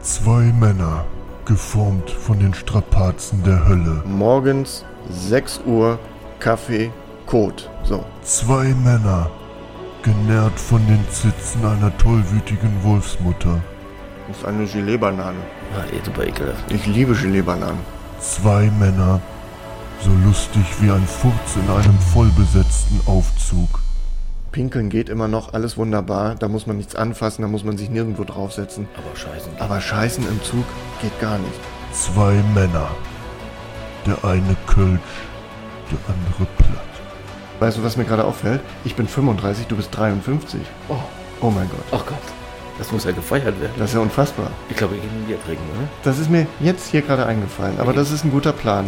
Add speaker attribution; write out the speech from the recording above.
Speaker 1: Zwei Männer, geformt von den Strapazen der Hölle.
Speaker 2: Morgens 6 Uhr, Kaffee, Kot. So.
Speaker 1: Zwei Männer, genährt von den Zitzen einer tollwütigen Wolfsmutter.
Speaker 2: Das ist eine Gelee-Banane.
Speaker 3: Ah, eh super ekelhaft.
Speaker 2: Ich liebe Gelee-Bananen.
Speaker 1: Zwei Männer, so lustig wie ein Furz in einem vollbesetzten Aufzug.
Speaker 2: Pinkeln geht immer noch, alles wunderbar. Da muss man nichts anfassen, da muss man sich nirgendwo draufsetzen.
Speaker 3: Aber scheiße.
Speaker 2: Aber Scheißen im Zug geht gar nicht.
Speaker 1: Zwei Männer, der eine Kölsch, der andere platt.
Speaker 2: Weißt du, was mir gerade auffällt? Ich bin 35, du bist 53.
Speaker 3: Oh,
Speaker 2: Oh mein Gott.
Speaker 3: oh Gott. Das muss ja gefeiert werden.
Speaker 2: Das ist ja unfassbar.
Speaker 3: Ich glaube, wir gehen ein Bier trinken, oder?
Speaker 2: Das ist mir jetzt hier gerade eingefallen, aber das ist ein guter Plan.